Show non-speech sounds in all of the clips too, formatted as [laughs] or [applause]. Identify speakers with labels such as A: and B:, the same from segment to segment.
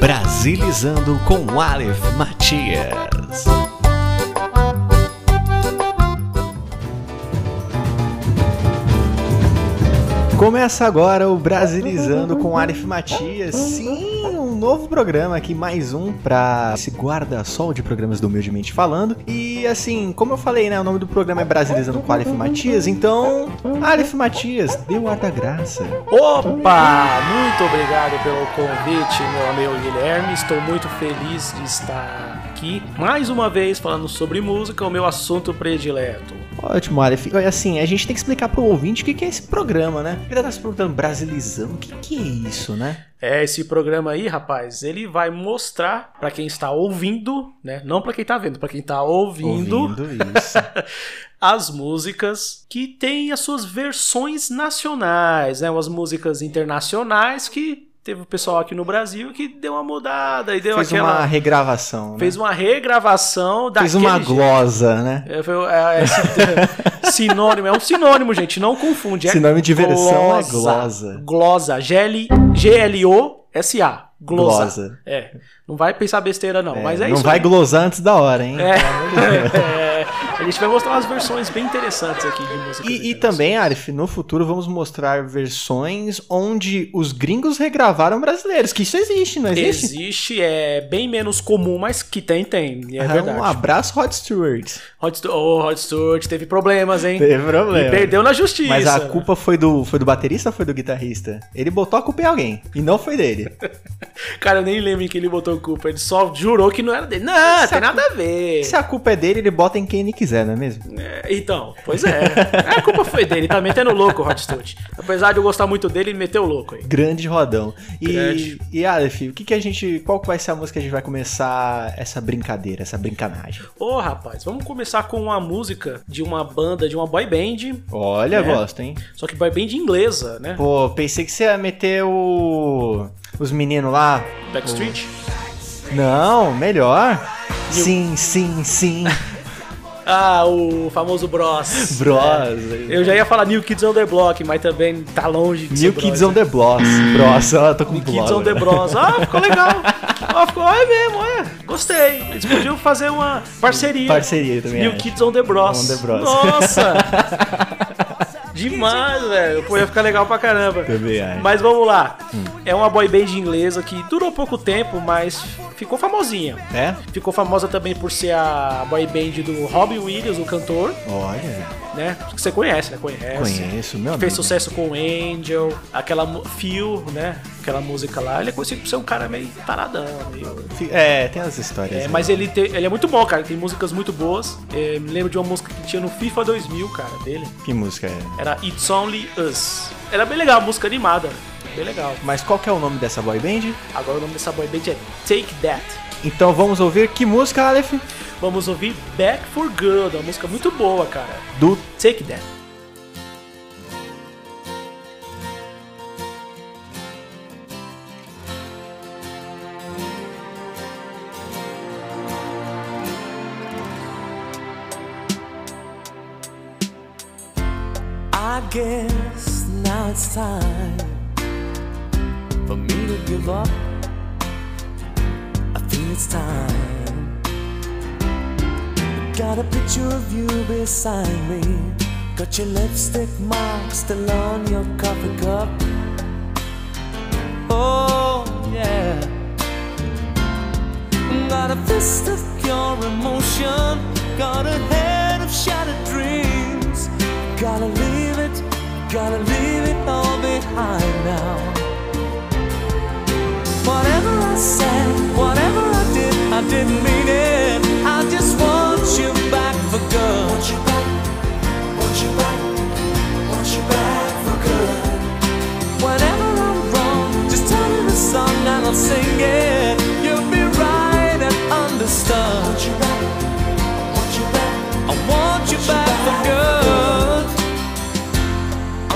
A: Brasilizando com Aleph Matias. Começa agora o Brasilizando com Aleph Matias. Sim, um novo programa aqui, mais um para esse guarda-sol de programas do Humildemente Falando. E assim, como eu falei, né, o nome do programa é Brasilizando com Aleph Matias, então Aleph Matias, dê o ar da graça.
B: Opa! Muito obrigado pelo convite, meu amigo Guilherme. Estou muito feliz de estar aqui mais uma vez falando sobre música, o meu assunto predileto.
A: Ótimo, Aleph. E assim, a gente tem que explicar pro ouvinte o que que é esse programa, né? Ele tá se perguntando, brasilizando, o que que é isso, né?
B: É, esse programa aí, rapaz, ele vai mostrar pra quem está ouvindo, né? Não pra quem tá vendo, pra quem tá ouvindo
A: [laughs] isso.
B: as músicas que têm as suas versões nacionais, né? Umas músicas internacionais que teve o pessoal aqui no Brasil que deu uma mudada e deu
A: Fez
B: aquela
A: uma regravação, né?
B: fez uma regravação daquele
A: Fez uma
B: jeito.
A: glosa, né?
B: É, foi- é, é sin- sinônimo, é [laughs] um sinônimo, gente, não confunde. É
A: Sinônimo de versão é glosa.
B: Glosa, G-L- G-L-O-S-A. Glosa.
A: Glosa.
B: É, não vai pensar besteira não,
A: É,
B: mas é
A: não
B: isso.
A: vai
B: aí.
A: glosar antes da hora, hein? [laughs]
B: É. [laughs] É, a gente vai mostrar umas versões bem interessantes aqui de música.
A: E, e também, Arif, no futuro vamos mostrar versões onde os gringos regravaram brasileiros, que isso existe, não existe?
B: Existe, é bem menos comum, mas que tem, tem. É
A: Ah,
B: verdade.
A: Um abraço, Rod Stewart.
B: Rod Stewart, oh, Rod Stewart teve problemas, hein?
A: Teve
B: E
A: problema.
B: perdeu na justiça.
A: Mas a culpa foi do, foi do baterista ou foi do guitarrista? Ele botou a culpa em alguém. E não foi dele.
B: Cara, eu nem lembro em que ele botou culpa. Ele só jurou que não era dele. Não,
A: Se
B: tem
A: a
B: nada a ver.
A: Se a culpa é dele, ele bota em quem ele quiser, não é mesmo?
B: É, Então, pois é. A culpa foi dele, tá metendo louco o Rod Stewart. Apesar de eu gostar muito dele, ele meteu louco aí.
A: Grande rodão. E,
B: Grande.
A: e Aleph, o que, que a gente. Qual que vai ser a música que a gente vai começar essa brincadeira, essa brincanagem?
B: Ô, rapaz, vamos começar com uma música de uma banda, de uma boy band.
A: Olha,
B: É.
A: gosto, hein?
B: Só que boy band inglesa, né?
A: Pô, pensei que você ia meter o. Os meninos lá.
B: Backstreet.
A: Não, melhor. Sim, sim, sim.
B: Ah, o famoso Bros.
A: Bros.
B: Eu já ia falar New Kids on the Block, mas também tá longe de
A: New
B: ser
A: Kids
B: Bros. né?
A: on the Bloss. Bros, ó, tô com
B: New
A: bloss.
B: Kids on the Bros. Ah, ficou legal. Ah, ficou, é mesmo, é. Gostei. Eles podiam fazer uma parceria.
A: Parceria também.
B: New
A: acho.
B: Kids on the Bros.
A: On the Bros.
B: Nossa! Demais, velho. Pô, ia ficar legal pra caramba.
A: Também acho. Hum.
B: Mas vamos lá. É uma boy band inglesa que durou pouco tempo, mas ficou famosinha.
A: Né?
B: Ficou famosa também por ser a boy band do Robbie Williams, o cantor,
A: Olha,
B: né? Acho que você conhece, né? Conhece.
A: conheço, meu amigo.
B: Fez sucesso com Angel, aquela mu- Feel, né? Aquela música lá. Ele é conhecido por ser um cara meio taradão, meio
A: Fi- É, tem as histórias.
B: é,
A: né?
B: mas ele, te- ele é muito bom, cara. Tem músicas muito boas. É, me lembro de uma música que tinha no FIFA 2000, cara, dele.
A: Que música é?
B: Era It's Only Us. Era bem legal, música animada. né? Bem legal.
A: Mas qual que é o nome dessa boy band?
B: Agora o nome dessa boy band é Take That.
A: Então vamos ouvir que música, Aleph?
B: Vamos ouvir Back for Good, uma música muito boa, cara.
A: Do
B: Take That.
C: I guess now it's time for me to give up. I feel it's time. Got a picture of you beside me. Got your lipstick mark still on your coffee cup. Oh, yeah. Got a fist of pure emotion. Got a head of shattered dreams. Gotta leave it, gotta leave it all behind now. Whatever I said, whatever I did, I didn't mean it. I just want you back for good. Want you back, want you back, want you back for good. Whenever I'm wrong, just tell me the song and I'll sing it. You'll be right and understood. Want you back, want you back. I want you back for good.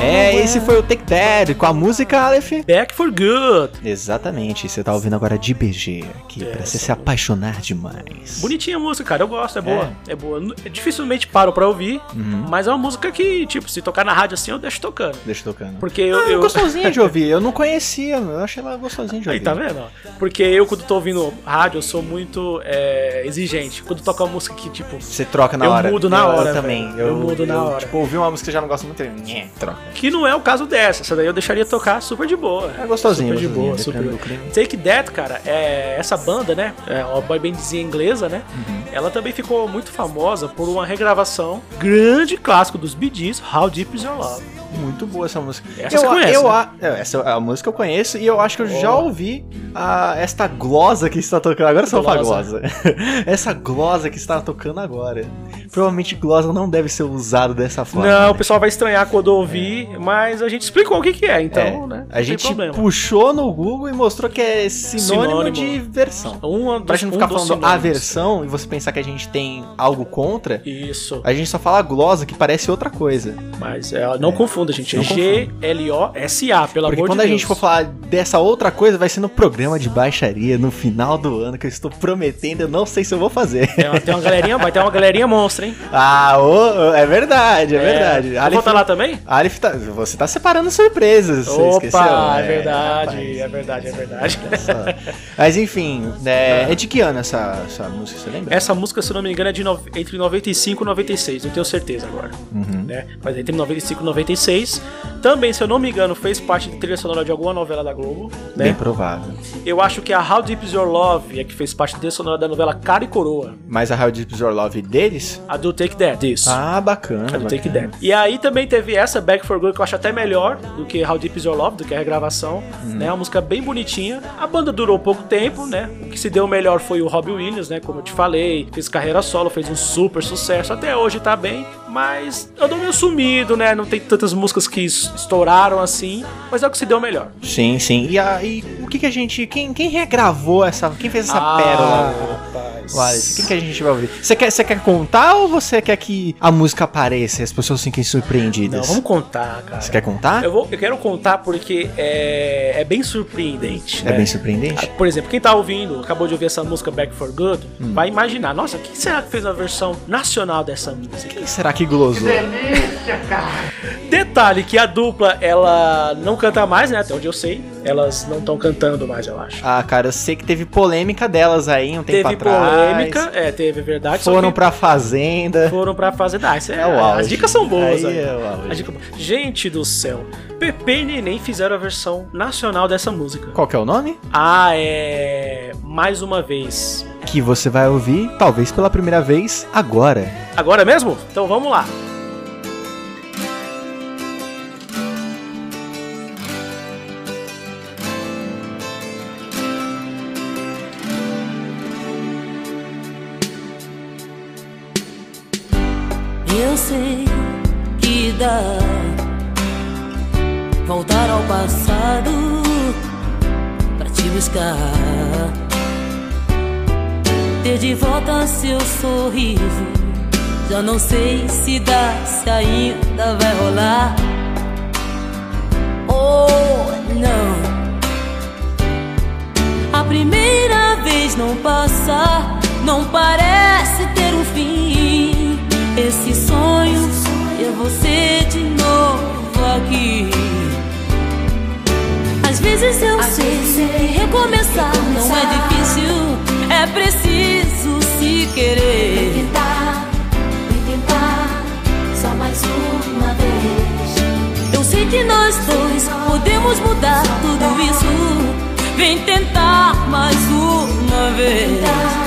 A: É isso Esse foi o Take That com a música Aleph.
B: Back for Good.
A: Exatamente, você tá ouvindo agora de BG aqui, pra você se apaixonar demais.
B: Bonitinha a música, cara. Eu gosto, é boa. É, boa. N- eu Dificilmente paro pra ouvir, mas é uma música que, tipo, se tocar na rádio assim, eu deixo tocando.
A: Deixa eu tocando.
B: Porque É, eu.
A: Ah,
B: eu...
A: gostosinha de ouvir, eu não conhecia, eu achei ela gostosinha de
B: Aí,
A: ouvir.
B: tá vendo? ó? Porque eu, quando tô ouvindo rádio, eu sou muito é, exigente. Quando toca uma música que, tipo,
A: Você troca na
B: Eu
A: hora.
B: mudo na hora,
A: também.
B: velho. Eu mudo na hora.
A: Tipo, ouvi uma música que eu já não gosto muito, eu nhé, troca.
B: que não é o caso dessa. Essa daí eu deixaria tocar super de boa.
A: É gostosinho,
B: Super de
A: gostosinho,
B: boa, super.
A: dependendo do clima.
B: Take That, cara, é essa banda, né? É uma boy bandzinha inglesa, né?
A: Uhum.
B: Ela também ficou muito famosa por uma regravação grande clássico dos Bee Gees, How Deep Is Your Love.
A: Muito boa essa música.
B: Essa você
A: eu,
B: conhece,
A: eu,
B: né? Oh.
A: a- é, essa é a música eu conheço e eu acho que eu já ouvi a, esta glosa que está tocando. Agora só fala glosa.
B: Glosa.
A: [laughs] essa glosa que está tocando agora. Provavelmente glosa não deve ser usado dessa forma.
B: Não, o
A: né?
B: pessoal vai estranhar quando ouvir, mas a gente explicou o que, que é, então,
A: É,
B: né?
A: a gente puxou no Google e mostrou que é sinônimo,
B: Sinônimo.
A: de versão.
B: Um dos-
A: Pra gente não ficar
B: um dos
A: falando a
B: sinônimos.
A: versão e você pensar que a gente tem algo contra,
B: Isso.
A: a gente só fala glosa que parece outra coisa.
B: Mas é, não confunda, gente. É
A: Não
B: G-L-O-S-A, pelo
A: Porque
B: amor
A: quando
B: de Deus.
A: a gente for falar dessa outra coisa, vai ser no programa de baixaria no final do ano, que eu estou prometendo, eu não sei se eu vou fazer. [laughs]
B: É, Tem uma, tem uma galerinha, vai ter uma galerinha monstra, hein?
A: Ah, ô, ô, é verdade, [laughs] é, verdade.
B: É, eu vou estar lá também?
A: Aleph tá- você tá separando surpresas, você esqueceu? né?
B: Opa, é
A: rapaz.
B: verdade, é verdade, é verdade. [laughs]
A: Só- Mas enfim, é, é de que ano essa, essa música, você lembra?
B: Essa música, se eu não me engano, é de nove- entre 95 e 96, não tenho certeza agora.
A: Uhum.
B: Né? Mas entre 95 e 96. Também, se eu não me engano, fez parte da trilha sonora de alguma novela da Globo. Né?
A: Bem provável.
B: Eu acho que é a How Deep Is Your Love é que fez parte da trilha sonora da novela Cara e Coroa.
A: Mas a How Deep Is Your Love deles?
B: A do Take That, isso.
A: Ah, bacana.
B: É do Take
A: bacana.
B: That. E aí também teve essa, Back for Good, que eu acho até melhor do que How Deep Is Your Love, do que a regravação.
A: Uhum.
B: Né? Uma música bem bonitinha. A banda durou pouco tempo, né? O que se deu melhor foi o Robbie Williams, né? Como eu te falei, fez carreira solo, fez um super sucesso. Até hoje tá bem, mas eu dou meio sumido, né? Não tem tantas músicas que es- estouraram assim, mas é o que se deu melhor.
A: Sim, sim. E aí, o que que a gente... Quem, quem regravou essa... Quem fez essa
B: Ah,
A: pérola?
B: rapaz.
A: Wallace, o que, que a gente vai ouvir? Você quer, você quer contar ou você quer que a música apareça e as pessoas fiquem surpreendidas?
B: Não, vamos contar, cara.
A: Você quer contar?
B: Eu, vou, eu quero contar porque é, é bem surpreendente.
A: É
B: né?
A: bem surpreendente?
B: Por exemplo, quem tá ouvindo, acabou de ouvir essa música Back for Good,
A: Hum.
B: vai imaginar, nossa, quem será que fez a versão nacional dessa música?
A: Quem será que glosou?
B: Detalhe que a dupla, ela não canta mais, né? Até onde eu sei, elas não estão cantando mais, eu acho.
A: Ah, cara, eu sei que teve polêmica delas aí um tempo
B: teve
A: atrás.
B: polêmica, é, teve verdade. só
A: Foram
B: que
A: pra fazenda.
B: foram pra fase da. isso é-
A: É o auge.
B: as dicas são boas,
A: Aí
B: né?
A: é o auge.
B: As dicas- Gente do céu, Pepe e Neném fizeram a versão nacional dessa música.
A: Qual que é o nome?
B: Ah, é. Mais uma vez.
A: Que você vai ouvir, talvez pela primeira vez, agora.
B: Agora mesmo? Então vamos lá.
D: Eu sei que dá voltar ao passado pra te buscar. Ter de volta seu sorriso. Já não sei se dá, se ainda vai rolar. Ou não. A primeira vez não passa, não parece ter um fim. Esse sonho é você de novo aqui. Às vezes eu sei que Assim, recomeçar não é difícil, é preciso se querer.
E: tentar, vem tentar, só mais uma vez.
D: Eu sei que nós dois podemos mudar tudo isso. Vem tentar mais uma vez.
E: Tentar,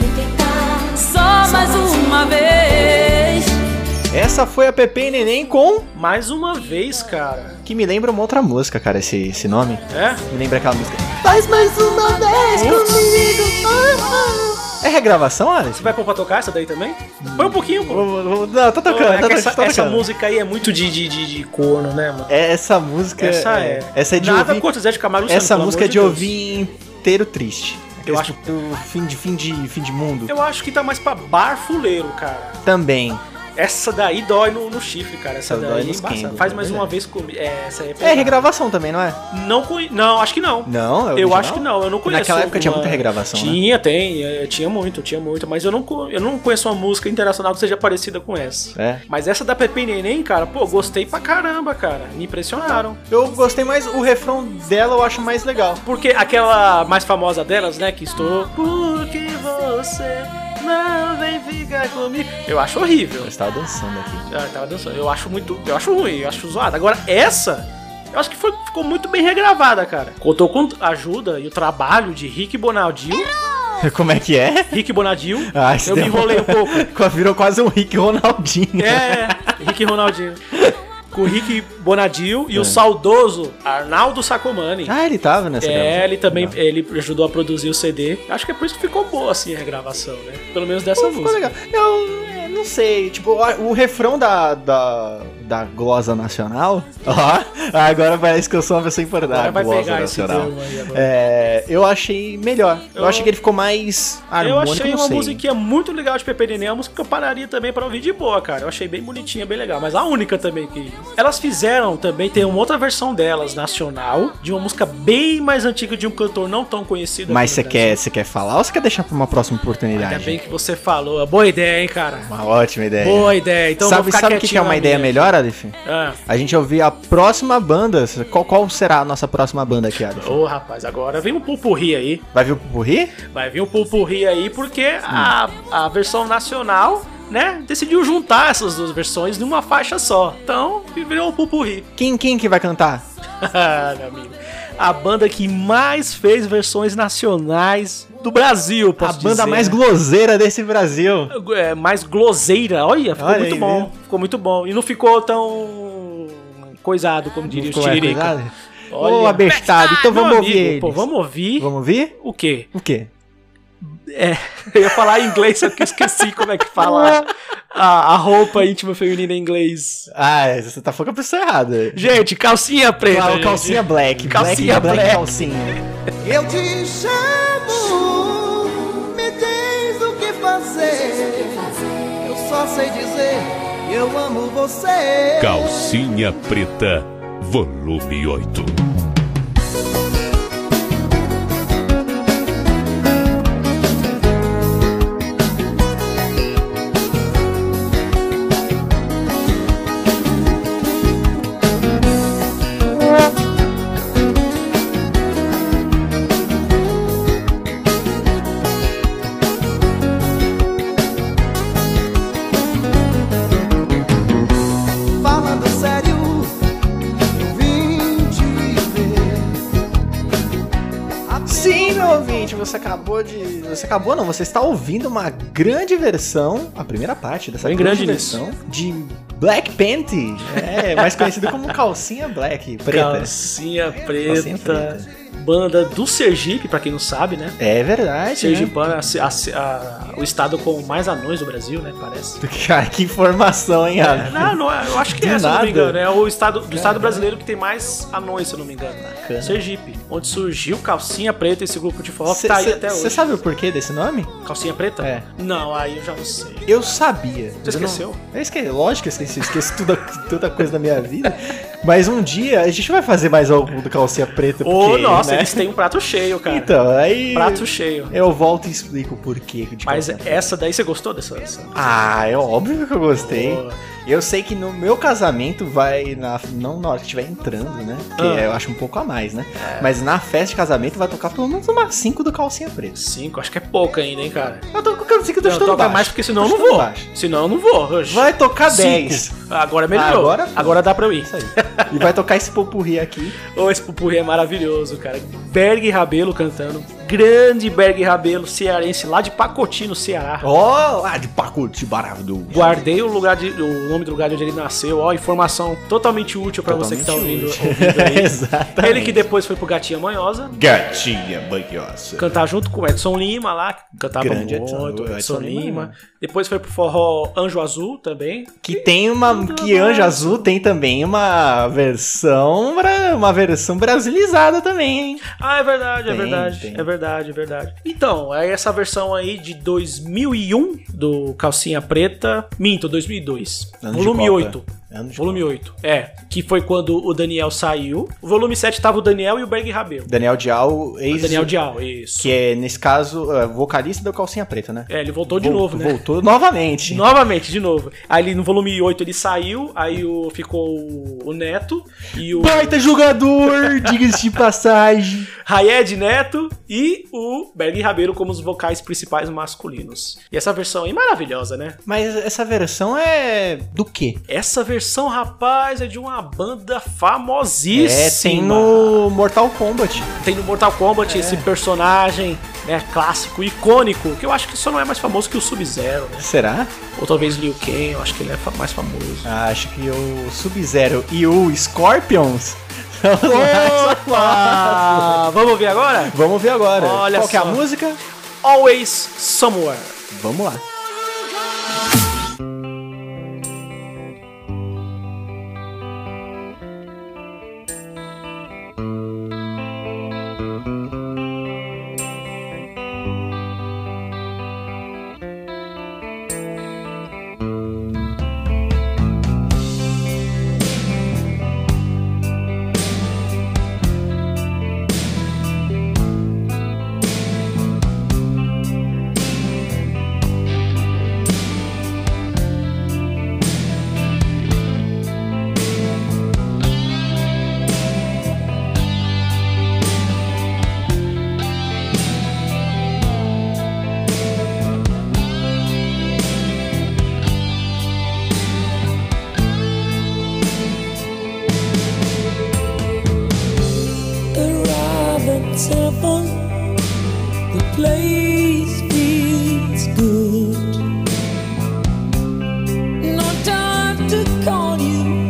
E: vem tentar,
D: Só mais uma vez.
A: Essa foi a Pepe e Neném com...
B: Mais uma vez, cara.
A: Que me lembra uma outra música, cara, esse, esse nome.
B: É?
A: Me lembra aquela música. Faz mais uma vez comigo. ah, ah. É regravação, Alex?
B: Você vai pôr pra tocar essa daí também? Põe um pouquinho, pô.
A: Vou- vou- vou- Não, tô tocando,
B: É
A: Hum. tá
B: que
A: to-
B: essa,
A: tô
B: essa
A: tocando.
B: música aí é muito de, de, de, de corno, né, mano?
A: É, Essa música.
B: Essa é.
A: Essa é de
B: Nada
A: ouvir.
B: contra o Zé de Camargo Luciano,
A: Essa
B: pelo
A: música é
B: amor
A: de
B: Deus.
A: ouvir inteiro triste. é Aqueles
B: acho-
A: do fim de fim de fim de mundo
B: Eu acho que tá mais pra barfuleiro, cara.
A: também.
B: Essa daí dói no, no chifre, cara. Essa
A: Essa
B: daí
A: dói
B: é
A: nos
B: embaçada.
A: quengos,
B: Faz
A: é
B: mais uma
A: verdade.
B: vez comigo. É, essa aí é
A: É
B: pesada.
A: regravação também, não é?
B: Não, conhe- não, acho que não.
A: Não, é
B: Eu
A: original?
B: acho que não, eu não conheço.
A: Naquela época tinha muita regravação, né?
B: Tinha, tem, é, tinha muito, tinha muito, mas eu não, co- eu não conheço uma música internacional que seja parecida com essa.
A: É.
B: Mas essa da Pepe e Neném, cara, pô, gostei pra caramba, cara. Me impressionaram.
A: Eu gostei mais, o refrão dela eu acho mais legal.
B: Porque aquela mais famosa delas, né, que estourou. Porque você não vem ficar comigo. Eu acho horrível.
A: Eu estava dançando aqui.
B: Ah, tava dançando. Eu acho muito. Eu acho ruim, eu acho zoado. Agora, essa. Eu acho que foi, ficou muito bem regravada, cara. Contou com a ajuda e o trabalho de Rick Bonaldil.
A: [laughs] Como é que é?
B: Rick Bonaldil.
A: Ah, esse
B: eu me
A: deu-
B: enrolei um pouco.
A: [laughs] Virou quase um Rick Ronaldinho.
B: É, Rick Ronaldinho. Com o Rick Bonadil
A: É.
B: e o saudoso Arnaldo Sacomani.
A: Ah, ele tava nessa
B: É,
A: gravação.
B: ele também ele ajudou a produzir o CD. Acho que é por isso que ficou boa assim a regravação, né? Pelo menos dessa
A: Pô,
B: música.
A: ficou legal. Eu é, não sei, tipo, a- o refrão da, da, da glosa nacional. Ó, agora parece que eu sou uma pessoa
B: Agora
A: importante.
B: vai
A: Glosa
B: pegar esse
A: nacional.
B: termo aí agora.
A: É, eu achei melhor. Eu,
B: Eu-
A: achei que ele ficou mais
B: Eu
A: harmônico.
B: achei
A: não
B: uma
A: sei.
B: musiquinha muito legal de Pepe Neném, uma música que eu pararia também pra ouvir de boa, cara. Eu achei bem bonitinha, bem legal. Mas a única também que. Elas fizeram também, tem uma outra versão delas, nacional, de uma música bem mais antiga de um cantor não tão conhecido.
A: Mas
B: aqui
A: você
B: no
A: quer, você quer falar ou você quer deixar pra uma próxima
B: Brasil.
A: oportunidade?
B: Ainda bem que você falou. É Boa ideia, hein, cara?
A: Uma ótima ideia.
B: Boa ideia. Então eu vou
A: sabe
B: ficar
A: sabe o que que é
B: quietinho
A: uma
B: na
A: ideia
B: minha.
A: melhor, Aleph?
B: Ah.
A: A gente ouvir a próxima banda. Qual, qual será a nossa próxima banda aqui, Aleph?
B: Ô, rapaz, agora vem um pupurri aí.
A: Vai vir o Pupurri?
B: Vai vir um pupurri aí, porque a, a versão nacional, né, decidiu juntar essas duas versões numa faixa só. Então, virou um pupurri.
A: Quem, quem que vai cantar?
B: [laughs] Ah, meu amigo. A banda que mais fez versões nacionais do Brasil,
A: A
B: posso
A: banda
B: dizer,
A: mais
B: né?
A: gloseira desse Brasil.
B: É, mais gloseira. Olha, ficou
A: Olha
B: muito
A: aí,
B: bom.
A: viu?
B: Ficou muito bom. E não ficou tão coisado, como diria o
A: Como é,
B: Tiririca.
A: coisada? Ô, abestado, então
B: meu
A: vamos ouvir
B: amigo,
A: eles.
B: Pô, vamos ouvir
A: Vamos ouvir?
B: o quê?
A: O quê?
B: É, eu ia falar em inglês, só que eu esqueci como é que fala a, a roupa íntima feminina em inglês.
A: Ah, você tá falando com a pessoa errada.
B: Gente, calcinha preta.
A: Ah,
B: gente.
A: calcinha black.
B: Calcinha
A: Calcinha black,
B: black.
A: calcinha.
F: Eu te chamo, me diz o que fazer. Eu só sei dizer, eu amo você.
G: Calcinha Preta, volume 8.
F: Falando sério, eu vim te ver.
A: Sim, meu ouvinte, você acabou de. Você acabou não, você está ouvindo uma grande versão, a primeira parte dessa
B: Bem
A: grande,
B: grande nisso.
A: versão de Black Panty. É, [laughs] mais conhecido como calcinha black, preta.
B: Calcinha
A: Calcinha
B: preta. Banda do Sergipe, pra quem não sabe, né?
A: É verdade. né?
B: Sergipana, a- a- a- o estado com mais anões do Brasil, né? Parece.
A: Cara, que informação,
B: É.
A: hein, Alan?
B: Não, não, eu acho que
A: Uhum. Do
B: é, se eu não
A: nada.
B: me engano. É o estado, do estado brasileiro que tem mais anões, se eu não me engano. Sergipe, onde surgiu Calcinha Preta, esse grupo de forró que tá aí até
A: Você
B: hoje.
A: sabe o porquê desse nome?
B: Calcinha Preta?
A: É.
B: Não, aí eu já não sei.
A: Eu sabia.
B: Você
A: Eu não-
B: esqueceu?
A: Eu esqueci, lógico que eu esqueci. Esqueci tudo, tanta coisa da minha vida. Mas um dia a gente vai fazer mais algo do calcinha preta.
B: Ô,
A: porque,
B: nossa,
A: né?
B: eles têm um prato cheio, cara.
A: Então, É, tipo, aí.
B: prato cheio.
A: Eu volto e explico o porquê de
B: Mas é-
A: calcinha preta.
B: essa daí, você gostou dessa? dessa?
A: Ah, é óbvio que eu gostei.
B: Boa.
A: Eu sei que no meu casamento vai. Na, não na hora que estiver entrando, né? Porque
B: Ah. É.
A: eu acho um pouco a mais, né? Mas na festa de casamento vai tocar pelo menos umas 5 do calcinha preta.
B: Cinco, acho que é pouca ainda, hein, cara.
A: Eu tô colocando 5 do
B: Não, toca mais porque senão eu não vou. Senão eu não vou. Oxe.
A: Vai tocar
B: Cinco.
A: 10.
B: Agora melhorou.
A: Agora
B: Agora,
A: foi.
B: dá pra eu ir.
A: Isso aí. E vai tocar esse popurri aqui.
B: [laughs] Ô, esse pupurri é maravilhoso, cara. Berg Rabelo cantando. Grande Berg Rabelo, cearense, lá de Pacoti, no Ceará.
A: Ó, lá Oh, ah, de pacote maravilhoso.
B: Guardei o lugar de, o nome do lugar de onde ele nasceu. Ó, informação totalmente útil pra você que tá ouvindo,
A: Totalmente
B: ouvindo
A: [laughs]
B: aí.
A: Exatamente.
B: Ele que depois foi pro Gatinha Manhosa,
G: Gatinha Banhosa.
B: cantar junto com o Edson Lima lá, que cantava
A: Grande
B: muito,
A: Edson-
B: Edson,
A: Edson Lima,
B: Lima.
A: né?
B: Depois foi pro forró Anjo Azul também.
A: Que tem uma. Que Anjo Azul tem também uma versão. bra- Uma versão brasilizada também, hein?
B: Ah, é verdade, é
A: Tem,
B: verdade.
A: tem.
B: É verdade, é verdade. Então, é essa versão aí de 2001 do Calcinha Preta. Minto, 2002.
A: Ano de
B: volume
A: Copa.
B: 8.
A: Ano de
B: Volume 8. É, que foi quando o Daniel saiu. O volume 7 tava o Daniel e o Berg Rabelo.
A: Daniel Dial, ex.
B: Daniel Dial, isso.
A: Que é, nesse caso, é, vocalista do Calcinha Preta, né?
B: É, ele voltou de
A: Vol-
B: novo, né?
A: Voltou novamente.
B: Novamente, de novo. Aí ele, no volume 8 ele saiu, aí o, ficou o, o Neto e o
A: Baita jogador, [laughs] diga-se de passagem.
B: Rayed Neto e o Berg Rabeiro como os vocais principais masculinos. E essa versão aí maravilhosa, né?
A: Mas essa versão é do quê?
B: Essa versão, rapaz, é de uma banda famosíssima.
A: É, tem no É. Mortal Kombat.
B: Tem no Mortal Kombat esse personagem né, clássico, icônico, que eu acho que só não é mais famoso que o Sub-Zero, né?
A: Será?
B: Ou talvez Liu Kang, eu acho que ele é fa- mais famoso.
A: Ah, acho que o Sub-Zero e o Scorpions são os mais famosos.
B: Ah, [laughs] vamos ver agora?
A: Vamos ver agora.
B: Olha
A: Qual que é a
B: só.
A: música?
B: Always Somewhere.
A: Vamos lá.
C: the Robert Temple, the place feels good. No time to call you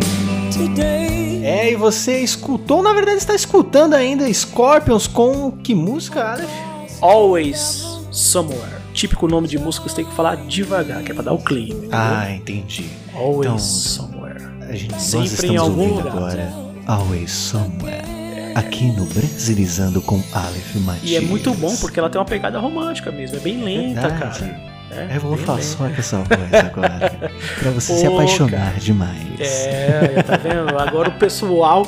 C: today.
A: É, e você escutou, na verdade está escutando ainda Scorpions com que música, Aleph?
B: Always Somewhere. Típico nome de música, você tem que falar devagar, que é pra dar o clima.
A: Ah, entendi.
B: Always
A: então-
B: Somewhere.
A: A gente,
B: Sempre
A: nós
B: em
A: estamos
B: algum
A: ouvindo
B: lugar.
A: agora Always Somewhere, aqui no Brasilizando com Aleph Matias.
B: E é muito bom porque ela tem uma pegada romântica mesmo, é bem lenta,
A: Verdade.
B: cara. É,
A: Eu vou
B: bem
A: falar
B: lenta.
A: só com essa voz agora, pra você se
B: Pô,
A: apaixonar demais.
B: É, tá vendo? Agora o pessoal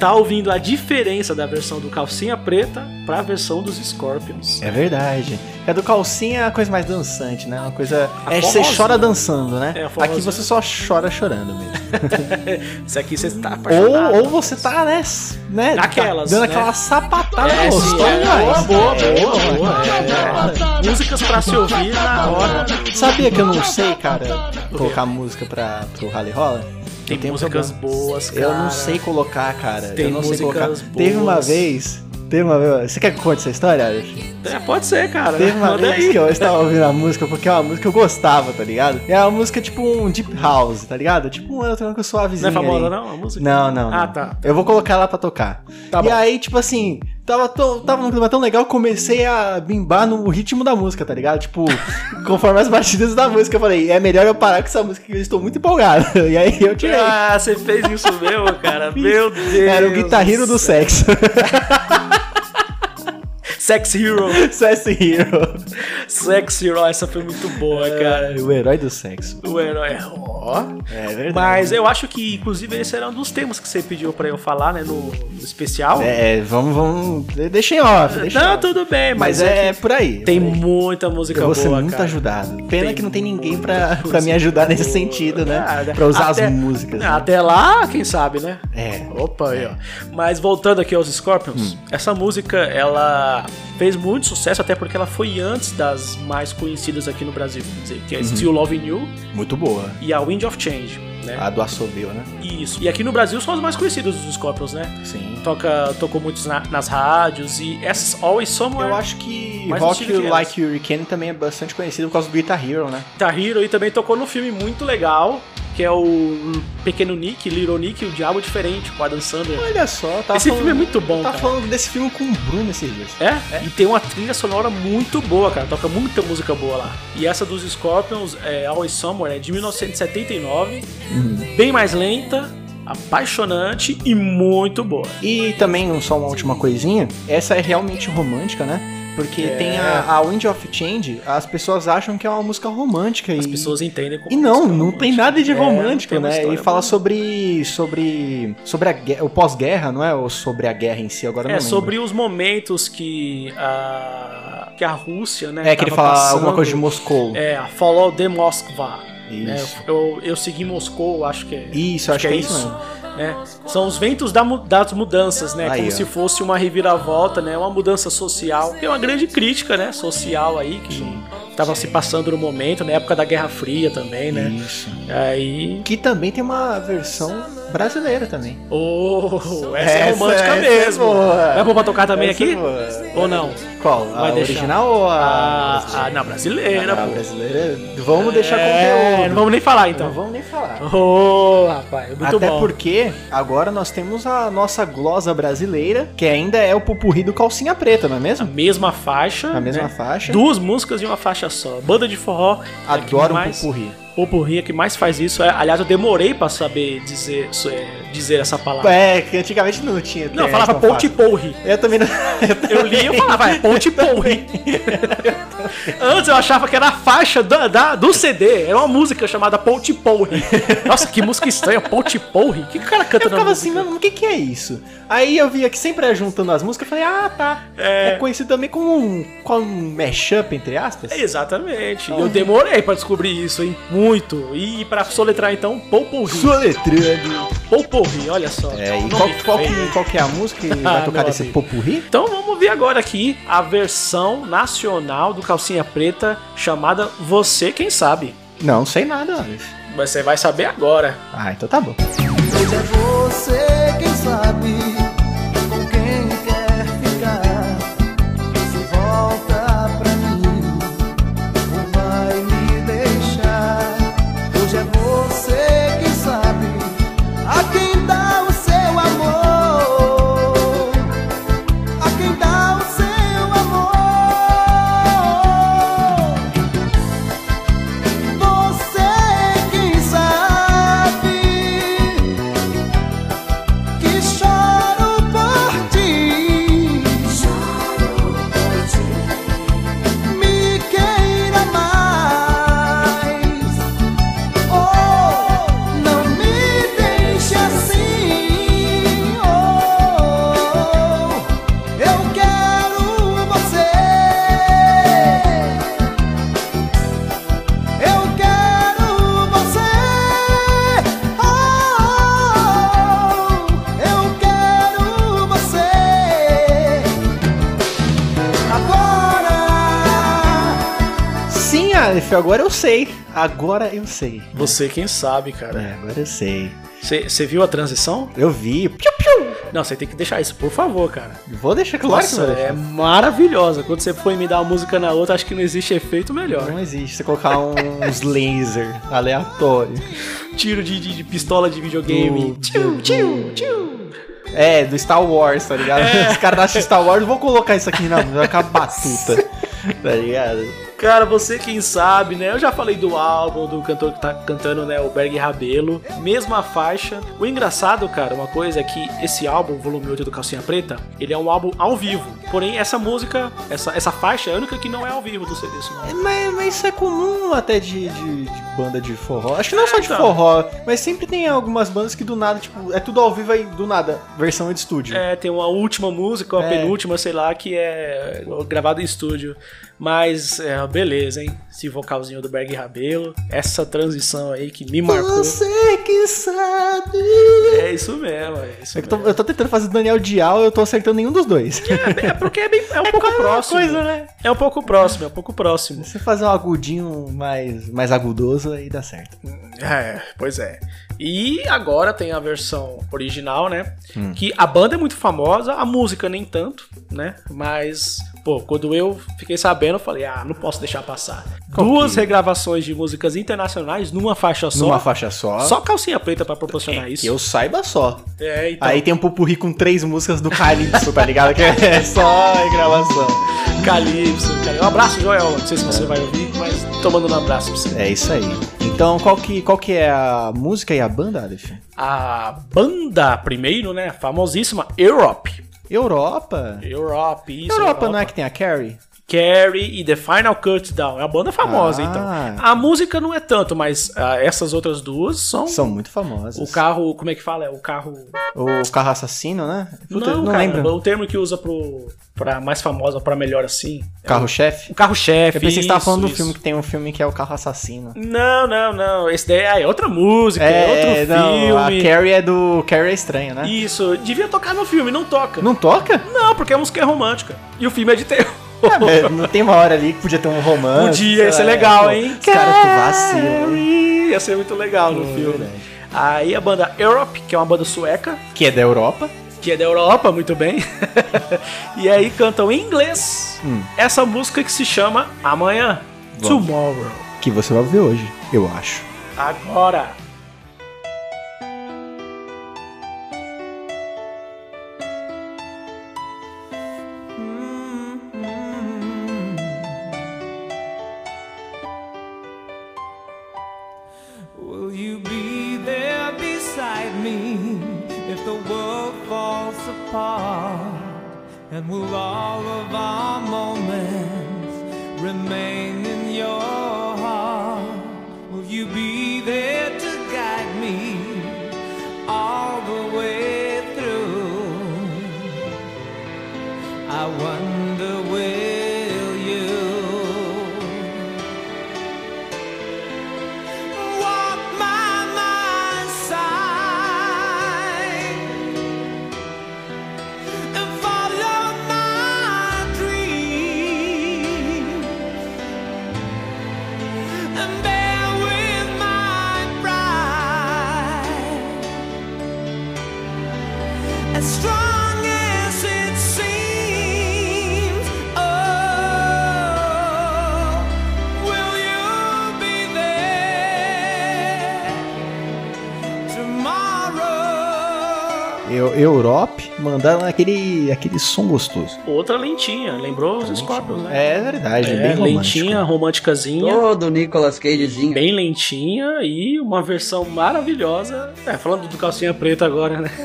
B: tá ouvindo a diferença da versão do Calcinha Preta pra versão dos Scorpions.
A: É verdade. É do calcinha é a coisa mais dançante, né? Uma coisa.
B: A
A: é você
B: forrozinha.
A: chora dançando, né?
B: É, a
A: Aqui
B: forrozinha.
A: você só chora chorando mesmo.
B: [laughs] Isso aqui você tá apaixonado.
A: É. ou, ou você tá, né? s- né
B: Naquelas,
A: Dando
B: né?
A: aquela sapatada
B: É, sim,
A: gostosa
B: é.
A: demais.
B: Boa, boa, boa, boa, é. Músicas pra se ouvir na hora.
A: Sabia que eu não sei, cara, colocar música pra, pro Rally Rola?
B: Tem
A: Eu tenho um
B: músicas
A: problema.
B: boas, cara.
A: Eu não sei colocar, cara.
B: Tem
A: eu não sei
B: músicas
A: colocar. Teve uma
B: boas.
A: vez. Teve uma vez. Você quer que eu conte essa história, Alex?
B: É, pode ser, cara.
A: Teve uma
B: Manda
A: vez
B: aí.
A: que eu estava ouvindo a música porque é uma música que eu gostava, tá ligado? É uma música tipo um deep house, tá ligado? Tipo um eletrônico
B: Não
A: suavezinho.
B: é famosa,
A: ali.
B: não? A música?
A: Não, não.
B: Ah,
A: não.
B: tá.
A: Eu vou colocar ela pra tocar.
B: Tá
A: e
B: bom.
A: aí, tipo assim, tava, tão- tava num clima tão legal, comecei a bimbar no ritmo da música, tá ligado? Tipo,
B: [laughs]
A: conforme as batidas da música, eu falei, é melhor eu parar com essa música que eu estou muito empolgado. [laughs] E aí eu tirei.
B: Ah, você fez isso mesmo,
A: [laughs]
B: cara. Meu Deus.
A: Era o guitarrero do sexo. [laughs]
B: Sex Hero.
A: Sex Hero.
B: Sex Hero, ah, essa foi muito boa,
A: É.
B: cara.
A: O herói do sexo.
B: O herói. Ó.
A: É verdade.
B: Mas eu acho que, inclusive, esse era um dos temas que você pediu pra eu falar, né? No, no especial.
A: É, vamos, vamos. Deixa em off, deixa em
B: não,
A: off.
B: tudo bem,
A: Mas
B: mas,
A: é, por aí.
B: Tem
A: por aí.
B: muita música
A: Eu vou ser
B: boa,
A: muito
B: cara.
A: ajudado. Pena
B: Tem
A: que não tem ninguém pra,
B: muita
A: pra me ajudar nesse
B: boa.
A: sentido, né?
B: Nada.
A: Pra usar
B: Até-
A: as músicas. né?
B: Ah, Até lá, quem sabe, né?
A: É. Hum.
B: Opa, aí, ó. Mas voltando aqui aos Scorpions, essa música, ela fez muito sucesso, até porque ela foi antes das mais conhecidas aqui no Brasil, quer dizer,
A: Uhum.
B: que é Still Loving You
A: Muito boa.
B: e a Wind of Change, né?
A: A do assobio, né?
B: Isso. E aqui no Brasil são as mais conhecidas dos Scorpions, né?
A: Sim.
B: Toca, tocou muitos na- nas rádios e essas Always Somewhere,
A: Eu acho que
B: Mais
A: Rock
B: estilo que
A: Like
B: Tá
A: Hurricane também é bastante conhecido por causa do Guitar Hero, né?
B: Guitar Hero e também tocou num filme muito legal, que é o Pequeno Nick, Little Nick e o Diabo Diferente, com Adam Sandler.
A: Olha só, tá
B: Esse filme é muito bom,
A: Tá
B: cara.
A: falando desse filme com o Bruno esses dias.
B: É, e tem uma trilha sonora muito boa, cara. Toca muita música boa lá. E essa dos Scorpions, é Always Somewhere, é de 1979.
A: Uhum.
B: Bem mais lenta, apaixonante e muito boa.
A: E também, um- só uma última coisinha, essa é realmente romântica, né? Porque
B: É.
A: tem a, a Wind of Change, as pessoas acham que é uma música romântica.
B: As
A: e,
B: pessoas entendem como
A: E não,
B: música
A: não tem
B: romântica.
A: nada de
B: É, não
A: romântico,
B: tem uma
A: né? E
B: história
A: fala
B: boa.
A: sobre. sobre. sobre a, gue- o pós-guerra, não é? Ou sobre a guerra em si, agora eu não
B: É,
A: lembro.
B: sobre os momentos que a, que a Rússia, né?
A: É, que ele
B: tava
A: fala
B: passando.
A: alguma coisa de Moscou.
B: É, a Follow de Moskva. né?
A: Isso.
B: eu, eu segui Moscou, acho que é.
A: Isso, acho que é isso
B: né? São os ventos da mu- das mudanças, né?
A: Aí,
B: Como
A: ó.
B: se fosse uma reviravolta, né? Uma mudança social. Tem uma grande crítica, né? Social aí que estava se passando no momento, na época da Guerra Fria também, né?
A: Isso.
B: Aí.
A: Que também tem uma versão brasileira também.
B: Oh, essa, é
A: Essa-
B: romântica
A: essa é
B: mesmo.
A: boa.
B: Vai pôr pra tocar também
A: Essa
B: aqui?
A: é boa.
B: Ou não?
A: Qual?
B: Vai
A: a
B: deixar.
A: original ou a.
B: Ah, ah, na brasileira,
A: a
B: pô.
A: brasileira. Vamos deixar
B: É,
A: conteúdo.
B: Não vamos nem falar
A: Não
B: então.
A: vamos nem
B: [laughs]
A: falar.
B: Ô, rapaz, muito
A: Até
B: bom.
A: porque agora nós temos a nossa glosa brasileira, que ainda é o pupurri do calcinha preta, não é
B: A
A: mesmo?
B: mesma faixa.
A: Na mesma
B: né?
A: faixa.
B: Duas músicas de uma faixa só. Banda de forró. é a que
A: Adoro um
B: mais,
A: pupurri.
B: Popurri é que mais faz isso. É, Aliás, eu demorei pra saber dizer, isso é, dizer essa palavra.
A: É, que antigamente não tinha.
B: não, eu
A: internet
B: falava
A: tão
B: ponte
A: fácil.
B: porri.
A: Eu também não. [laughs]
B: Eu li e eu falava, é ponte porri. [laughs] Antes eu achava que era a faixa da, da- do CD. Era uma música chamada ponte porri. Nossa, que música estranha, ponte porri. O que, que o cara canta
A: Eu
B: na
A: ficava assim,
B: música?
A: mano, o que que é isso? Aí eu via que sempre ia juntando as músicas, eu falei, ah, tá. É, conhecido também como um, como um mashup, entre aspas.
B: É Exatamente. E eu demorei pra descobrir isso, hein? Muito. E pra soletrar então, Poporri.
A: Soletrando.
B: Poporri, olha só. um
A: É, e
B: Nome
A: qual, qual,
B: feio.
A: que, qual que é a música que vai
B: [laughs] Ah,
A: tocar
B: meu
A: desse
B: amigo.
A: popurri?
B: Então vamos ver agora aqui a versão nacional do Calcinha Preta chamada Você Quem Sabe.
A: Não, sei nada, Alex.
B: Você vai saber agora.
A: Ah, então tá bom.
F: Hoje é você quem sabe com quem quer ficar. Se volta pra mim ou vai me deixar. Hoje é você quem sabe a quem dá o seu amor. A quem dá o seu amor. Você quem sabe que choro por ti, me queira mais. Oh, não me deixe assim. Oh, eu quero você. Eu quero você, oh, eu quero você. Agora,
A: Sim, Aleph, agora eu sei. Agora eu sei.
B: Você Quem Sabe, cara.
A: É, agora eu sei.
B: Você viu a transição?
A: Eu vi. Piu, piu.
B: Não, você tem que deixar isso, por favor, cara.
A: Vou deixar claro que
B: Nossa,
A: vou
B: é
A: deixar.
B: maravilhosa. Quando você for me dar uma música na outra, acho que não existe efeito melhor.
A: Não existe você colocar um
B: [laughs]
A: uns laser aleatórios.
B: Tiro de, de- de pistola de videogame.
A: Uhum. Do-
B: Tchiu, tchiu, tchiu.
A: É, do Star Wars, tá ligado?
B: É.
A: Os caras acham Star Wars, vou colocar isso aqui na
B: [laughs]
A: vai ficar batuta. Tá ligado?
B: Cara, você quem sabe, né? Eu já falei do álbum do cantor que tá cantando, né? O Berg Rabelo. Mesma faixa. O engraçado, cara, uma coisa é que esse álbum, volume 8 do Calcinha Preta, ele é um álbum ao vivo. Porém, essa música, essa, essa faixa é a única que não é ao vivo do CD. esse nome.
A: Mas, mas isso é comum até de, de- de banda de forró. Acho que não só de
B: então.
A: forró, mas sempre tem algumas bandas que do nada, tipo, é tudo ao vivo aí, do nada, versão de estúdio.
B: É, tem uma última música, uma
A: É.
B: penúltima, sei lá, que é gravada em estúdio. Mas, é, beleza, hein? Esse vocalzinho do Berg Rabelo. Essa transição aí que me marcou.
A: Você que sabe.
B: É isso mesmo, é isso
A: É que eu, tô,
B: mesmo.
A: eu tô tentando fazer Daniel Dial e eu tô acertando nenhum dos dois. [laughs]
B: É porque é, bem, é um pouco
A: quase a mesma
B: próximo.
A: coisa, né?
B: É um pouco próximo, é um pouco próximo.
A: Se você fazer um agudinho mais, mais agudoso, aí dá certo.
B: É, pois é. E agora tem a versão original, né?
A: Hum.
B: Que a banda é muito famosa, a música nem tanto, né? Mas, pô, quando eu fiquei sabendo, eu falei, ah, não posso deixar passar. Duas regravações de músicas internacionais numa faixa só.
A: Numa faixa só.
B: Só calcinha preta pra proporcionar isso.
A: Que eu saiba só.
B: É, então.
A: Aí tem um pupurri com três músicas do Calypso, [laughs] tá ligado? Que é só gravação.
B: Calypso, cara. Um abraço, Joel. Não sei se você vai ouvir, mas tô mandando um abraço pra você.
A: É isso aí. Então, qual que, qual que é a música e a banda, Aleph?
B: A banda primeiro, né? Famosíssima, Europe.
A: Europa?
B: Europe, isso.
A: Europa não é que tem a Carrie?
B: Carrie e The Final Countdown. É uma banda famosa,
A: Ah.
B: então. A música não é tanto, mas ah, essas outras duas são.
A: São muito famosas.
B: O carro, como é que fala? É o carro.
A: O carro assassino, né? Puta,
B: não,
A: não
B: cara,
A: lembro.
B: o termo que usa pro, pra mais famosa, pra melhor assim. é
A: Carro-chefe?
B: O carro-chefe.
A: Eu pensei que você tava
B: isso,
A: falando do
B: isso.
A: filme que tem um filme que é o carro assassino.
B: Não, não, não. Esse daí ah, é outra música, é, outro
A: não, a
B: filme.
A: Carrie é do. Carrie é estranho, né?
B: Isso, devia tocar no filme, não toca.
A: Não toca?
B: Não, porque a música é romântica. E o filme é de terror.
A: É, não tem uma hora ali que podia ter um romance.
B: Podia,
A: sei
B: isso é
A: lá,
B: legal,
A: pô,
B: hein? É.
A: Os caras tu vacila. hein?
B: Carrie, Ia ser muito legal no
A: É
B: filme.
A: verdade.
B: Aí a banda Europe, que é uma banda sueca,
A: Que é da Europa.
B: que é da Europa, muito bem. [laughs] e aí cantam em inglês
A: Hum.
B: essa música que se chama Amanhã,
A: Vamos.
B: Tomorrow.
A: Que você vai ver hoje, eu acho.
B: Agora.
F: Will you be there beside me if the world falls apart? And will all of our moments remain in your heart? Will you be there to guide me all the way through? I wonder, will you? Walk my side and follow my dream and bear with my pride as strong as it seems. Oh, will you be there tomorrow?
A: Eu, Europe mandaram aquele, aquele som gostoso.
B: Outra lentinha, lembrou os Scorpions, né?
A: É verdade, bem romântico. [laughs]
B: lentinha, românticazinha.
H: Todo Nicolas Cagezinho.
B: Bem lentinha e uma versão maravilhosa. É, falando do calcinha preta agora, né? [laughs]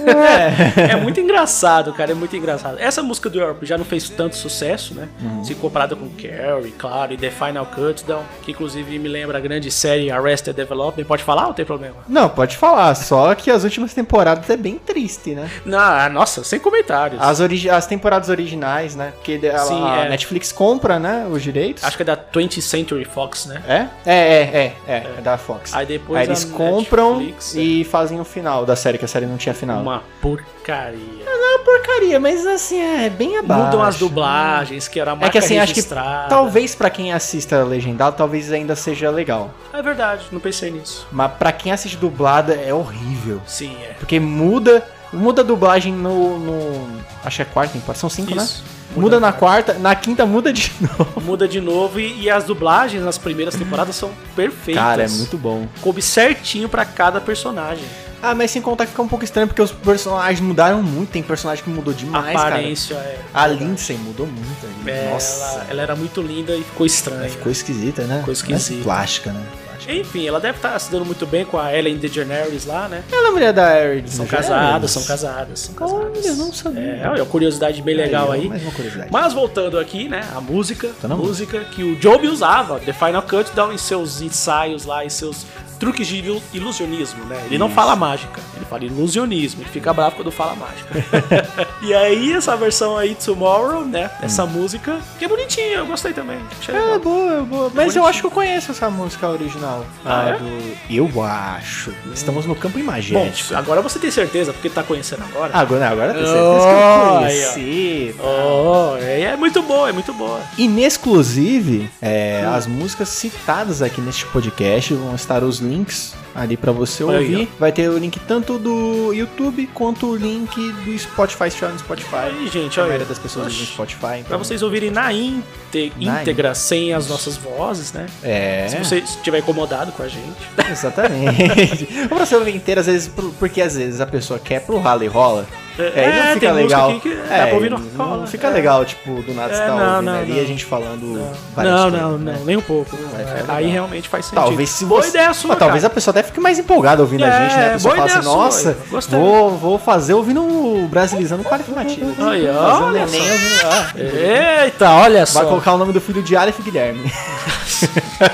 B: É. muito engraçado, cara. É muito engraçado. Essa música do Europe já não fez tanto sucesso, né?
A: Uhum.
B: Se comparada com Carrie, claro, e The Final Countdown, que inclusive me lembra a grande série Arrested Development. Pode falar ou tem problema?
A: Não, pode falar, só que as últimas temporadas é bem triste, né?
B: Não, ah, nossa, sem comentários.
A: As, origi- as temporadas originais, né? Porque ela-
B: Sim,
A: a
B: é.
A: Netflix compra, né? Os direitos.
B: Acho que é da 20th Century Fox, né?
A: É? É, é, é, é, é da Fox.
B: Aí depois a
A: eles compram
B: Netflix, é
A: e fazem o final da série, que a série não tinha final.
B: Uma porcaria.
A: porcaria, mas assim, é bem abaixo.
B: Mudam as dublagens, que era a
A: É
B: marca
A: que assim, acho que
B: registrada.
A: talvez pra quem assista legendado, talvez ainda seja legal.
B: É verdade, não pensei nisso.
A: Mas pra quem assiste dublada é horrível.
B: Sim, é.
A: Porque muda, muda a dublagem no, no- acho que é a quarta temporada, são cinco,
B: Isso.
A: né? Muda, na quarta, na quinta muda de [laughs] novo.
B: Muda de novo e, e as dublagens nas primeiras temporadas são perfeitas.
A: Cara, é muito bom.
B: Coube certinho pra cada personagem.
A: Ah, mas sem contar que fica um pouco estranho porque os personagens mudaram muito, tem personagem que mudou demais,
B: a
A: cara.
B: aparência é.
A: A Lindsay mudou muito. ali.
B: é,
A: Nossa,
B: Ela, ela era muito linda e ficou estranha.
A: ficou esquisita, né?
B: Ficou esquisita.
A: Mas plástica, né? Plástica.
B: Enfim, ela deve estar se dando muito bem com a Ellen DeGeneres lá, né?
A: Ela é a mulher da Eric.
B: São casadas, são casadas, são casadas.
A: Olha, não sabia.
B: É, olha, curiosidade bem legal aí.
A: Mais uma curiosidade. Tá
B: Mas voltando aqui, né, a música,
A: na
B: música que o Joby usava, The Final Countdown, em seus ensaios lá, em seus truques de ilu- ilusionismo, né? Ele não fala mágica, ele fala ilusionismo, ele fica bravo quando fala mágica. [laughs] e aí, essa versão aí, Tomorrow, né, essa música, que é bonitinha, eu gostei também. achei
A: Hum. É
B: legal.
A: boa, é boa. Mas eu acho que eu conheço essa música original.
B: Ah, é?
A: do... Eu acho. Estamos no campo
B: Bom,
A: imagético.
B: agora você tem certeza, porque tá conhecendo agora.
A: agora, agora tá certeza
B: Oh,
A: que eu conheci.
B: Oh, é, é muito boa, é muito boa.
A: Inexclusive, é, as músicas citadas aqui neste podcast vão estar os links ali pra você
B: Olha aí,
A: ouvir. Vai ter o link tanto do YouTube quanto o link do Spotify, se tiver no Spotify.
B: Aí, gente,
A: A
B: olha.
A: maioria das pessoas usa no
B: Oxi.
A: Spotify. Então...
B: Pra vocês ouvirem na, inte-
A: Na
B: íntegra, sem as nossas vozes, né?
A: É.
B: Se você estiver incomodado com a gente.
A: [laughs] Exatamente. Ou pra você ouvir inteiro, às vezes, pro- porque às vezes a pessoa quer pro rala e rola.
B: É,
A: É, aí não
B: tem
A: fica
B: música
A: legal.
B: aqui que dá pra ouvir no
A: não
B: rola,
A: fica
B: é.
A: legal, tipo, do nada você
B: É,
A: tá
B: não,
A: ouvindo
B: não,
A: ali
B: não.
A: a gente falando várias
B: Não,
A: coisas,
B: não,
A: né?
B: não, nem um pouco.
A: ficar legal.
B: aí realmente faz sentido.
A: Talvez se
B: Boa
A: você.
B: ideia sua,
A: Mas talvez a
B: cara.
A: pessoa até fique mais empolgada ouvindo a
B: É,
A: gente, né? A pessoa
B: boa
A: fala assim,
B: ideia sua,
A: nossa,
B: Ivan. Gostei.
A: vou, vou fazer ouvindo o Brasilizando qualificativo.
B: Aí,
A: Fazer um
B: olha
A: neném
B: só.
A: ouvindo- ah.
B: Eita, olha
A: Vai
B: só.
A: colocar o nome do filho de Aleph Guilherme. [laughs]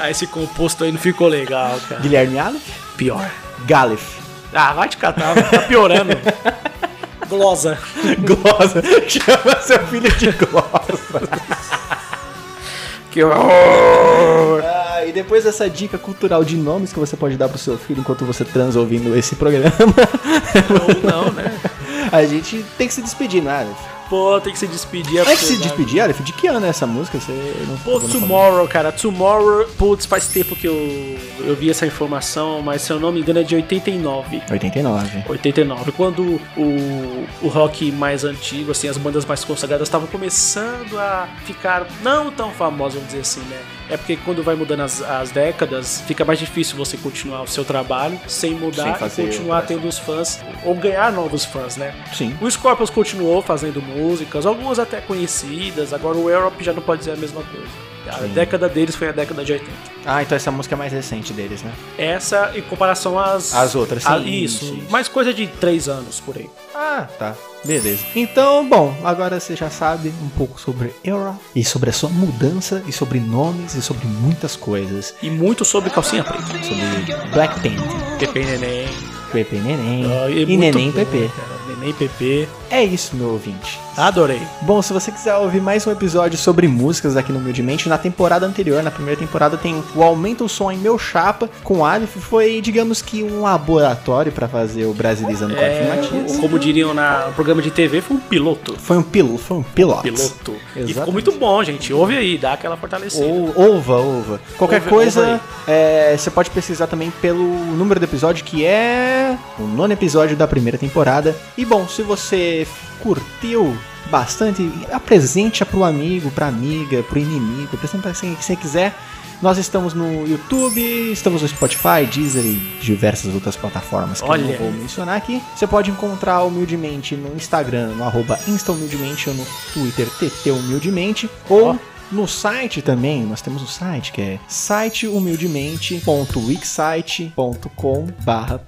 B: Ah, esse composto aí não ficou legal, cara.
A: Guilherme Aleph?
B: Pior.
A: Galef. [laughs]
B: Ah, vai te catar, vai tá piorando. Glosa.
A: Glossa. Chama seu filho de Glossa.
B: Que horror.
A: Ah, e depois dessa dica cultural de nomes que você pode dar pro seu filho enquanto você transa ouvindo esse programa, [laughs]
B: Ou não, né?
A: a gente tem que se despedir, né, Aleph?
B: Pô, tem que se despedir. é
A: Antes de se
B: apesar-
A: despedir, Aleph, de que ano é essa música? Você não você
B: Pô,
A: não falou.
B: Tomorrow, cara. Tomorrow, putz, faz tempo que eu, eu vi essa informação, mas se eu não me engano é de 89.
A: 89.
B: 89, quando o, o rock mais antigo, assim, as bandas mais consagradas estavam começando a ficar não tão famosas, vamos dizer assim, né? É porque quando vai mudando as, as décadas, fica mais difícil você continuar o seu trabalho sem
A: Sem
B: mudar
A: fazer
B: e continuar
A: o-
B: tendo os fãs ou ganhar novos fãs, né?
A: Sim.
B: O Scorpions continuou fazendo músicas, algumas até conhecidas, agora o Europe já não pode dizer a mesma coisa. A
A: Sim.
B: década deles foi a década de 80.
A: Ah, então essa música é mais recente deles, né?
B: Essa em comparação às.
A: Às outras,
B: a-
A: sim,
B: isso,
A: sim.
B: mais coisa de três anos por aí.
A: Ah, tá. Beleza. Então, bom, agora você já sabe um pouco sobre Era e sobre a sua mudança e sobre nomes e sobre muitas coisas.
B: E muito sobre calcinha preta.
A: Sobre Black Panther,
B: Pepe e Neném.
A: Pepe Neném
B: Ah,
A: e,
B: muito
A: Neném
B: bom,
A: Pepe.
B: cara. Neném Pepe.
A: É isso, meu ouvinte.
B: Adorei.
A: Bom, se você quiser ouvir mais um episódio sobre músicas aqui no Humildemente, na temporada anterior, na primeira temporada, tem o Aumenta o Som em Meu Chapa com Aleph. Foi, digamos que, um laboratório pra fazer o Brasilizando com
B: É,
A: a Matias.
B: o- como diriam na- no programa de TV, foi um piloto.
A: Foi um piloto, foi um piloto.
B: Piloto. E
A: Exatamente.
B: ficou muito bom, gente. Ouve aí, dá aquela fortalecida.
A: Ou, ova, ova. Qualquer
B: Ouve-
A: coisa,
B: ouve
A: é, você pode pesquisar também pelo número do episódio, que é o nono episódio da primeira temporada. E bom, se você curtiu bastante, apresente-a pro amigo, pra amiga, pro inimigo, apresente pra quem você quiser. Nós estamos no YouTube, estamos no Spotify, Deezer e diversas outras plataformas que eu não
B: Olha.
A: vou mencionar aqui. Você pode encontrar o Humildemente no Instagram, no arroba instahumildemente ou no Twitter, TT Humildemente, ou no site também, nós temos um site que é sitehumildemente.wixsite.com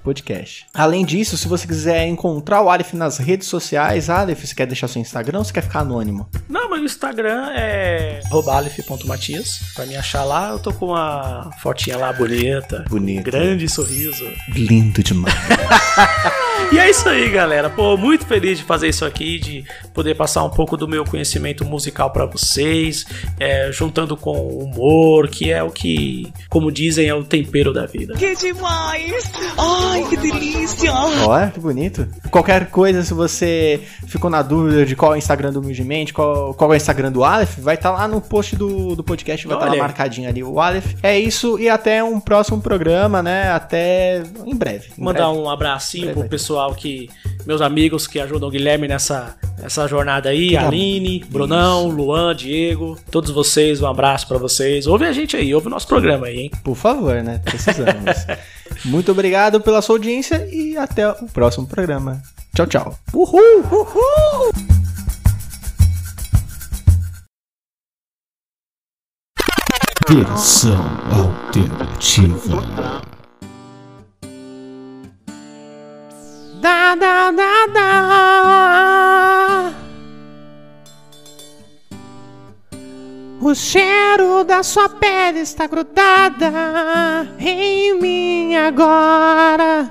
A: podcast. Além disso, se você quiser encontrar o Aleph nas redes sociais, Aleph, você quer deixar seu Instagram ou você quer ficar anônimo?
B: Não, mas o Instagram é robalef.matias. Pra me achar lá, eu tô com uma fotinha lá bonita.
A: Bonita.
B: Grande sorriso.
A: Lindo demais.
B: E é isso aí, galera. Pô, muito feliz de fazer isso aqui, de poder passar um pouco do meu conhecimento musical pra vocês, é, juntando com o humor, que é o que, como dizem, é o tempero da vida.
I: Que demais! Ai, que delícia!
A: Ó, que bonito. Qualquer coisa, se você ficou na dúvida de qual é o Instagram do Humildemente, qual, qual é o Instagram do Aleph, vai estar lá no post do, do podcast, vai estar lá
B: Olha aí.
A: marcadinho ali o Aleph. É isso, e até um próximo programa, né? Até em breve. Em
B: Mandar
A: breve.
B: um abracinho
A: Vai,
B: pro
A: vai.
B: pessoal que. Meus amigos que ajudam o Guilherme nessa, nessa jornada aí,
A: Obrigado.
B: Aline, Brunão, Luan, Diego, todos vocês, um abraço pra vocês. Ouve a gente aí, ouve o nosso programa aí, hein?
A: Por favor, né? Precisamos.
B: [laughs]
A: Muito obrigado pela sua audiência e até o próximo programa. Tchau, tchau. Uhul!
J: Versão alternativa.
A: Da, da, da, da. O cheiro da sua pele está grudada em mim agora.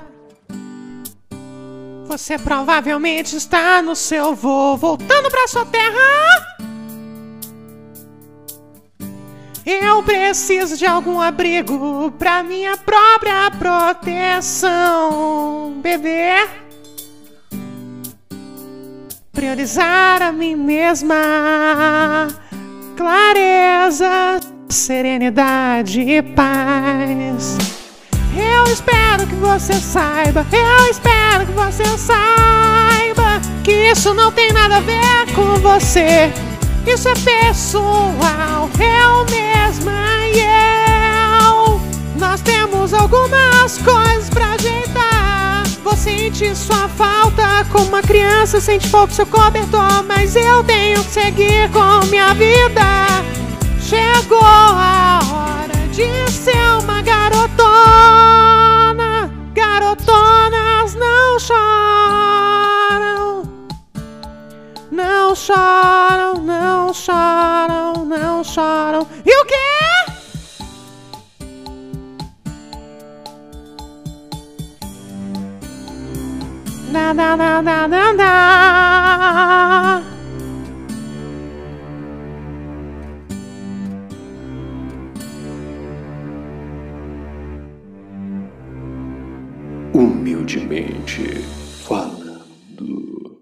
A: Você provavelmente está no seu voo, voltando para sua terra. Eu preciso de algum abrigo para minha própria proteção, bebê. Priorizar a mim mesma, clareza, serenidade e paz.
F: Eu espero que você saiba, eu espero que você saiba que isso não tem nada a ver com você. Isso é pessoal, eu mesma e eu. Nós temos algumas coisas pra ajeitar. Vou sentir sua falta como uma criança sente pouco seu cobertor, mas eu tenho que seguir com minha vida. Chegou a hora de ser uma garotona. Garotonas não choram. Não choram, não choram, não choram. E o quê? Na, na, na, na, na, na.